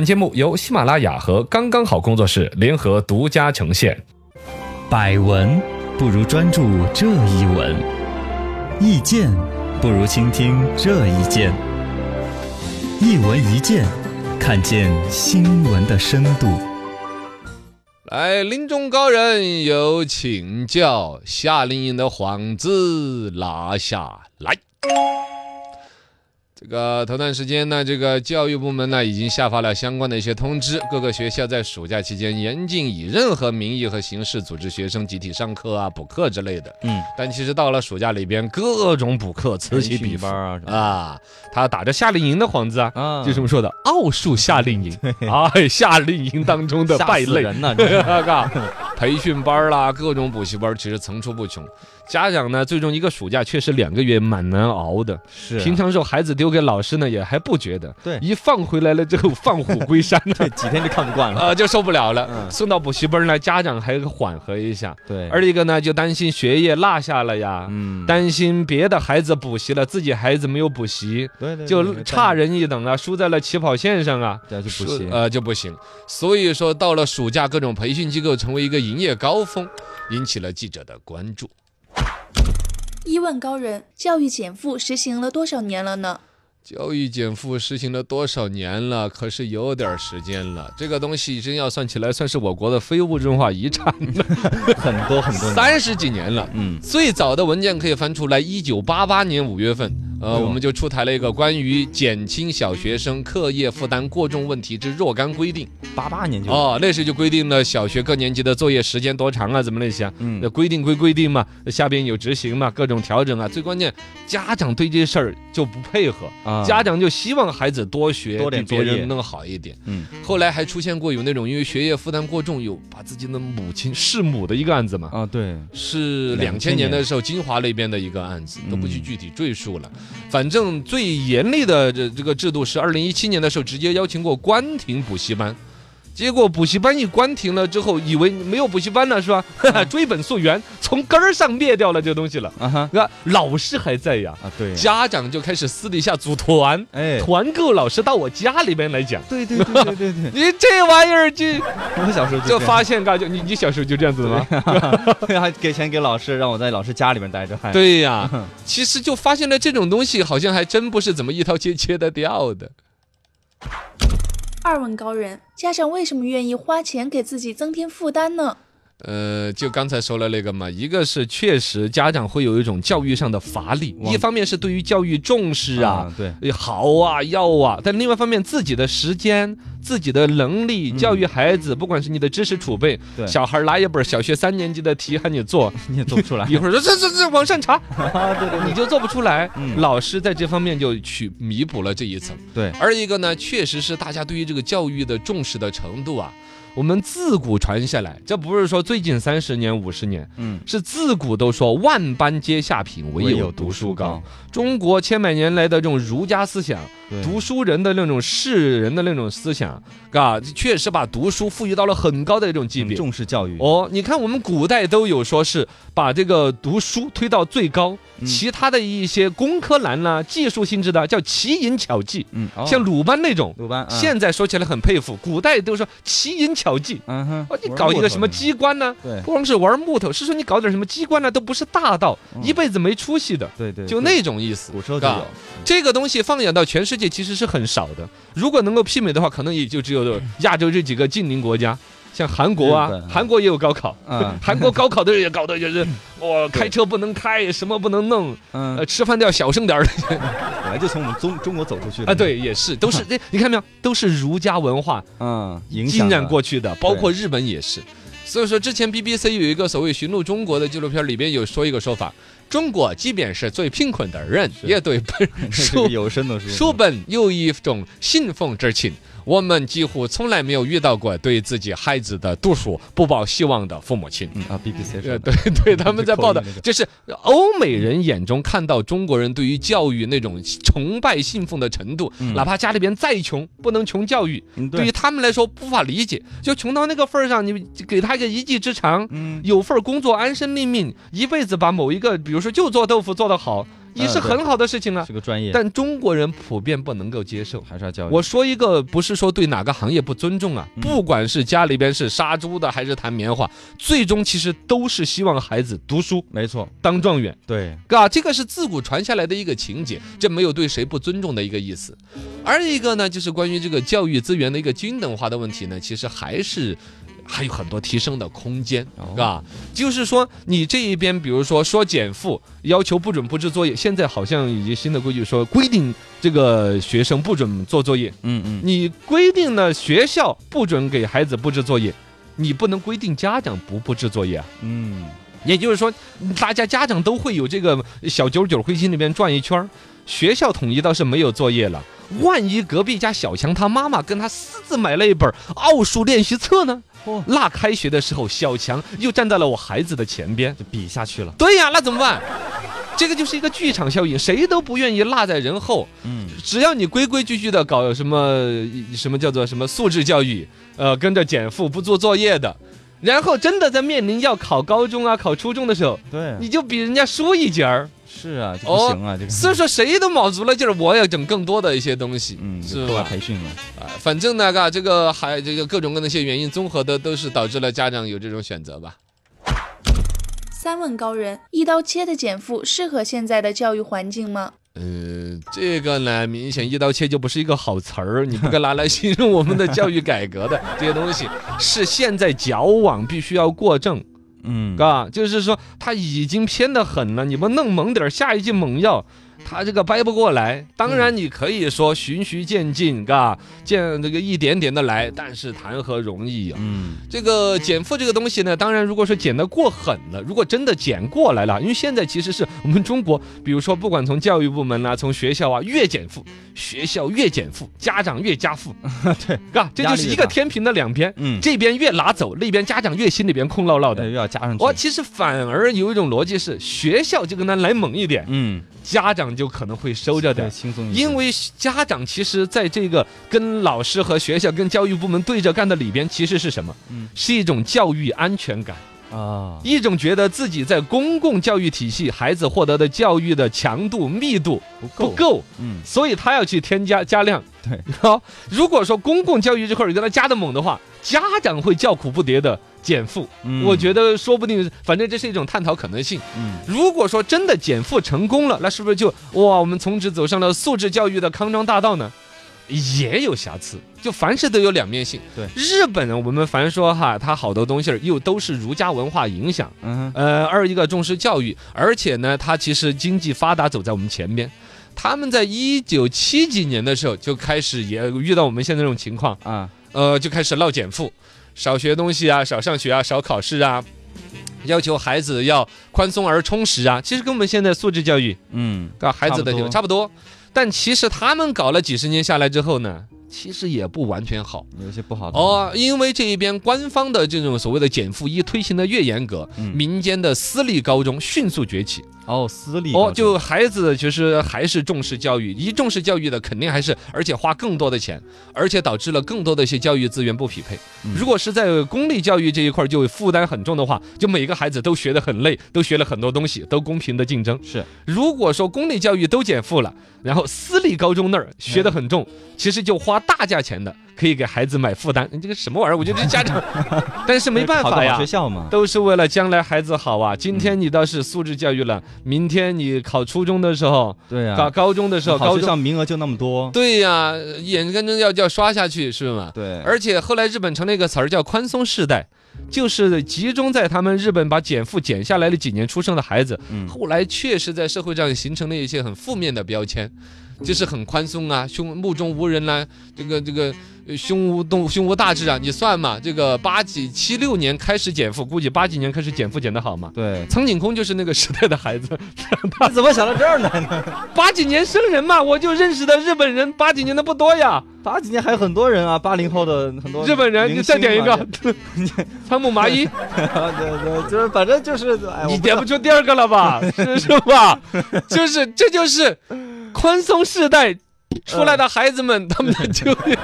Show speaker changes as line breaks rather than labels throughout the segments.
本节目由喜马拉雅和刚刚好工作室联合独家呈现。
百闻不如专注这一闻，意见不如倾听这一见。一闻一见，看见新闻的深度。
来，临终高人有请教，夏令营的幌子拿下来。这个头段时间呢，这个教育部门呢已经下发了相关的一些通知，各个学校在暑假期间严禁以任何名义和形式组织学生集体上课啊、补课之类的。
嗯，
但其实到了暑假里边，各种补课此起彼伏
啊
啊，他打着夏令营的幌子啊，
啊
就这么说的，奥数夏 令营，哎，夏令营当中的败类，
人 呢
嘎，培训班儿啦，各种补习班儿，其实层出不穷。家长呢，最终一个暑假确实两个月蛮难熬的。
是啊
平常时候孩子丢给老师呢，也还不觉得，
对，
一放回来了之后，放虎归山呢
几天就看不 惯了。
啊，就受不了了。
嗯
送到补习班儿呢，家长还缓和一下；
对
而一个呢，就担心学业落下了呀。
嗯，
担心别的孩子补习了，自己孩子没有补习，
对对
就差人一等啊，输在了起跑线上啊。
要去补
说
习。
呃就不行。所以说，到了暑假，各种培训机构成为一个营业高峰，引起了记者的关注。
一问高人，教育减负实行了多少年了呢？
教育减负实行了多少年了？可是有点时间了。这个东西真要算起来，算是我国的非物质文化遗产了，
很多很多年。
三十几年了。
嗯，
最早的文件可以翻出来，一九八八年五月份，呃，
哎呦
我们就出台了一个关于减轻小学生课业负担过重问题之若干规定。
八八年就
哦，那时就规定了小学各年级的作业时间多长啊，怎么那些啊？
嗯
那规定归规定嘛，下边有执行嘛，各种调整啊。最关键，家长对这事儿就不配合，
啊
家长就希望孩子多学，
多点
比别
作业
人弄好一点。
嗯，
后来还出现过有那种因为学业负担过重，有把自己的母亲弑母的一个案子嘛。
啊对，
是
2000
两千年的时候，金华那边的一个案子，都不去
嗯
具体赘述了。反正最严厉的这这个制度是二零一七年的时候，直接邀请过关停补习班。结果补习班一关停了之后，以为没有补习班了是吧？ 追本溯源，从根儿上灭掉了这东西了。
嗯啊哈
那老师还在呀，
啊对，
家长就开始私底下组团，
哎，
团购老师到我家里边来讲。
对对对对对 对，
你这玩意儿就
我小时候
就
这样
发现，嘎就你你小时候就这样子的吗？
还给钱给老师，让我在老师家里面待着，哎还
对呀、其实就发现了这种东西，好像还真不是怎么一刀切切得掉的。
二问高人，家长为什么愿意花钱给自己增添负担呢？
呃，就刚才说了那个嘛，一个是确实家长会有一种教育上的乏力，
往
一方面是对于教育重视啊。，
对，
哎好啊，要啊，但另外一方面，自己的时间、自己的能力，教育孩子，不管是你的知识储备，
嗯对
小孩拿一本小学三年级的题喊你做，
你也做不出 来
一会儿说这这这往上查，
啊，对对
你就做不出来。
嗯
老师在这方面就去弥补了这一层。
对，
而一个呢，确实是大家对于这个教育的重视的程度啊，我们自古传下来，这不是说最近三十年、五十年，
嗯，
是自古都说万般皆下品，唯有读书高。，中国千百年来的这种儒家思想，读书人的那种士人的那种思想，啊，确实把读书赋予到了很高的一种级别。
重视教育，
哦，你看我们古代都有说是把这个读书推到最高，
嗯
其他的一些工科男啦、技术性质的叫奇淫巧技，
嗯，
像鲁班那种，
鲁班，
现在说起来很佩服，古代都说奇淫巧技。
嗯哼
哦，你搞一个什么，机关呢？
对
不光是玩木头，是说你搞点什么机关呢，都不是大道，
嗯
一辈子没出息的，
对对，
就那种意思。
古时候就
嘎
有，
这个东西放眼到全世界其实是很少的，如果能够媲美的话，可能也就只有亚洲这几个近邻国家，像韩国
日
啊
本，啊
韩国也有高考。
嗯
韩国高考的人也搞得也是，哇，开车不能开，什么不能弄，
嗯
呃，，吃饭都要小声 点儿
本来就从我们中中国走出去
啊。，对，也是，都是，哎你看没有，都是儒家文化
嗯，影
浸
响
染过去的，包括日本也是。所以说，之前 BBC 有一个所谓《寻路中国》的纪录片，里边有说一个说法：中国即便是最贫困的人，
是
也对本
书
书
有声的书，
书本有一种信奉之情。我们几乎从来没有遇到过对自己孩子的读书不抱希望的父母亲。
嗯啊，BBC
呃，
说的，
对对，他们在 报道
口音那个，
就是欧美人眼中看到中国人对于教育那种崇拜信奉的程度，
嗯
哪怕家里边再穷，不能穷教育，
嗯
对于，他们来说无法理解，就穷到那个份儿上，你给他一个一技之长。
嗯，嗯
有份儿工作安身立命，一辈子把某一个，比如说就做豆腐做得好，也是很好的事情啊。
是个专业，
但中国人普遍不能够接受。
还是要教育。
我说一个，不是说对哪个行业不尊重啊，
嗯
不管是家里边是杀猪的，还是弹棉花，最终其实都是希望孩子读书
没错，
当状元，
对，
啊，这个是自古传下来的一个情节，这没有对谁不尊重的一个意思。而一个呢，就是关于这个教育资源的一个均等化的问题呢，其实还是。还有很多提升的空间，
哦
是吧？就是说，你这一边，比如说说减负，要求不准布置作业，现在好像已经新的规矩说规定这个学生不准做作业，
嗯嗯，
你规定了学校不准给孩子布置作业，你不能规定家长不布置作业啊。
嗯，
也就是说，大家家长都会有这个小九九会心里面转一圈儿。学校统一倒是没有作业了，万一隔壁家小强他妈妈跟他私自买了一本奥数练习册呢
嚯？
那开学的时候，小强又站在了我孩子的前边。
就比下去了。
对呀，那怎么办？ 这个就是一个剧场效应，谁都不愿意落在人后。
嗯，
只要你规规矩矩的搞什么什么叫做什么素质教育，呃，跟着减负不做作业的，然后真的在面临要考高中啊、考初中的时候，
对，啊
你就比人家输一截儿。
是啊，这
哦
不行啊，这个。
所以说，谁都卯足了劲儿，我要整更多的一些东西，
嗯，
是
课外
吧？
培训了，
哎反正那个这个还这个各种各样的一些原因综合的，都是导致了家长有这种选择吧。
三问高人：一刀切的减负适合现在的教育环境吗？
呃，这个呢，明显一刀切就不是一个好词儿，你不该拿来形容我们的教育改革的这些东西，是现在矫枉必须要过正，
嗯，
啊，就是说他已经偏得很了，你们弄猛点儿，下一剂猛药。他这个掰不过来，当然
嗯
你可以说循序渐进，嘎，渐这个一点点的来，但是谈何容易啊！
嗯，
这个减负这个东西呢，当然如果说减得过狠了，如果真的减过来了，因为现在其实是我们中国，比如说不管从教育部门啊，从学校啊，越减负，学校越减负，家长越加负，
对，
嘎，这就是一个天平的两边，
嗯，
这边越拿走，那边家长越心里边空落落
对
的。
又要加上去
我，其实反而有一种逻辑是，学校就跟他来猛一点，
嗯，
家长就可能会收着点
对。轻松一些，
因为家长其实在这个跟老师和学校、跟教育部门对着干的里边，其实是什么？
嗯
是一种教育安全感，
啊，
一种觉得自己在公共教育体系孩子获得的教育的强度、密度
不
不
够，
够，
嗯，
所以他要去添加加量。
对，
好，如果说公共教育这块儿给他加的猛的话，家长会叫苦不迭的减负。我觉
得，
得说不定，反正这是一种探讨可能性。
嗯，
如果说真的减负成功了，那是不是就哇，我们从此走上了素质教育的康庄大道呢？也有瑕疵，就凡事都有两面性。
对
日本人，我们凡说哈，它好多东西儿又都是儒家文化影响，
嗯哼，
呃，二一个重视教育，而且呢，它其实经济发达走在我们前边。他们在一九七几年的时候就开始也遇到我们现在这种情况，
啊，
呃，就开始闹减负，少学东西啊，少上学啊，少考试啊，要求孩子要宽松而充实啊。其实跟我们现在素质教育
嗯，
啊，孩子的
差不多
差不多，但其实他们搞了几十年下来之后呢，其实也不完全好。
有一些不好的，，
哦，因为这一边官方的这种所谓的减负一推行的越严格，
嗯
民间的私立高中迅速崛起。
哦，私立
哦，
高中
就孩子其实还是重视教育，一重视教育的肯定还是，而且花更多的钱，而且导致了更多的一些教育资源不匹配
嗯。
如果是在公立教育这一块儿就负担很重的话，就每个孩子都学得很累，都学了很多东西，都公平的竞争。
是，
如果说公立教育都减负了，然后私立高中那儿学得很重，其实就花大价钱的可以给孩子买负担，你这个什么玩意儿？我觉得这家长， 但是没 办
考个
法
好
呀
学。嗯校嘛，
都是为了将来孩子好啊！今天你倒是素质教育了，明天你考初中的时候，
对啊呀，
考高中的时候，
好
高
学
中
校名额就嗯那么多，
对呀、眼跟着要要刷下去，是吗？
对，
而且后来日本成了一个词儿叫“宽松世代”，就是集中在他们日本把减负减下来的几年出生的孩子，
嗯
后来确实在社会上形成了一些很负面的标签，就是很宽松啊，胸目中无人啦、啊这个这个呃胸无动胸无大志啊，你算嘛，这个八几七六年开始减负，估计八几年开始减负减得好嘛。
对，
苍井空就是那个时代的孩子，
你怎么想到这儿 来呢？
八几年生人嘛，我就认识的日本人八几年的不多呀。
八几年还有很多人啊，八零后的很多
日本人，你
明星嘛
再点一个，仓木麻衣，
啊
对对，就是反正就是，哎，
你
我不
点不出第二个 了吧？是是吧？就是，这就是
嗯
宽松世代出来的孩子们，他们的就业。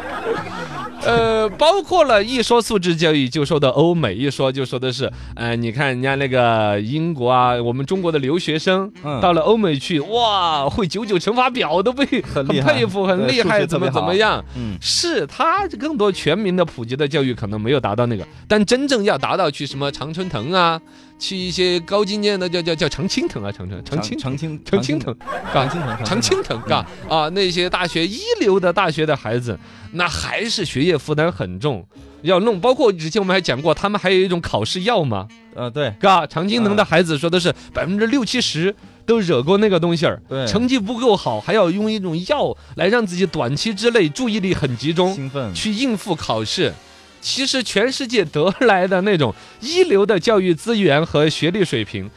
呃，包括了一说素质教育就说的欧美，一说就说的是，呃，你看人家那个英国啊，我们中国的留学生、
嗯
到了欧美去，哇，会九九乘法表都被
很厉害
佩服，很
对
厉
数
害，
学特
怎么
别
怎么
好
样？
嗯，
是他更多全民的普及的教育可能没有达到那个，但真正要达到去什么常春藤啊，去一些高精尖的叫叫叫常青藤啊，常春常青
常青
常青藤，
常
嘎
青藤，
常青藤嘎啊，那些大学一流的大学的孩子，那还是学业负担很重，要弄。包括之前我们还讲过，他们还有一种考试药嘛，
呃，对
嘎，常青藤的孩子说的是百分之六七十都惹过那个东西儿，
对，
成绩不够好，还要用一种药来让自己短期之内注意力很集中。
兴奋，
去应付考试。其实全世界得来的那种一流的教育资源和学历水平，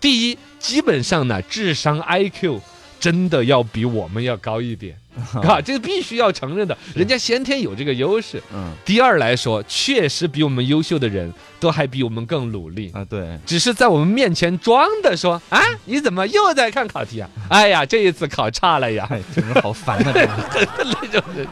第一，基本上呢，智商 IQ 真的要比我们要高一点，啊，这必须要承认的，人家先天有这个优势。
嗯
第二来说，确实比我们优秀的人都还比我们更努力。
啊，对，
只是在我们面前装的说啊，你怎么又在看考题啊？哎呀，这一次考差了呀！
哎，这人好烦啊，这个
那种人。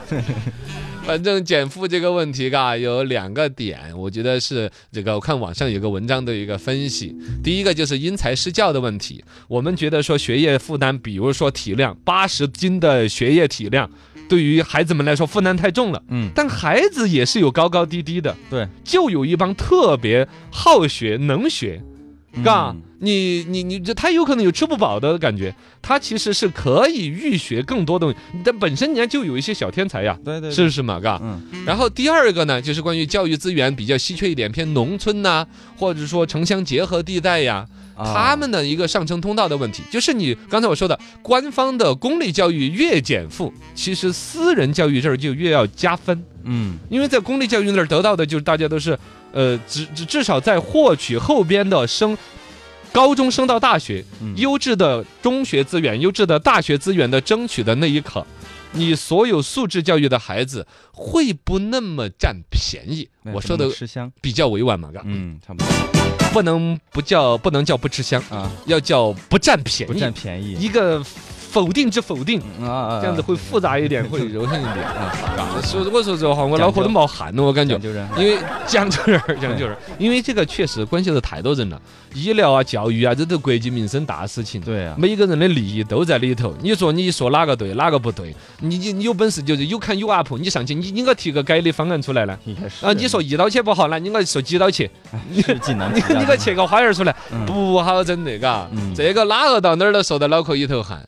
反正减负这个问题，嘎，有两个点，我觉得是这个。我看网上有个文章的一个分析，第一个就是因材施教的问题。我们觉得说学业负担，比如说体量八十斤的学业体量，对于孩子们来说负担太重了。
嗯，
但孩子也是有高高低低的，
对，
就有一帮特别好学、能学，嘎，
嗯
你你你这他有可能有吃不饱的感觉，他其实是可以预学更多东西，但本身人家就有一些小天才呀，
对对，
是
对，
不是嘛？嘎。
嗯
然后第二个呢，就是关于教育资源比较稀缺一点，偏农村呐、或者说城乡结合地带呀，
啊
他们的一个上升通道的问题，就是你刚才我说的，官方的公立教育越减负，其实私人教育这儿就越要加分。
嗯
因为在公立教育那儿得到的就是大家都是，呃，至至至少在获取后边的升高中升到大学，
嗯
优质的中学资源、优质的大学资源的争取的那一刻，你所有素质教育的孩子会不那么占便宜。
那
我
什
说
么
的
吃香，
比较委婉嘛，嘎
哎嗯，差不多
不能不叫不能叫不吃香，
啊，
要叫不占便
不
宜
占。便宜
一个否定之否定，
嗯啊啊，啊
这样子会复杂一点，会柔顺一点啊。嘎说我说实话，我
讲究
脑壳都冒汗了，我感觉
讲。究人，
因为讲究人儿，讲究人儿，因为这个确实关系到太多人了，医疗啊、教育啊，这都国计民生大事情。
对啊，
每一个人的利益都在里头，你说你说哪个对，哪个不对？你你你有本事就是有砍有 up，你上去你你给我提个改的方案出来呢？
也是
啊，你说一刀切不好，那你给我说几刀切？
是济南
你你给我切个花样儿出来
嗯，
不好整的，嘎
嗯，
这个哪个到哪儿都说到脑壳一头汗。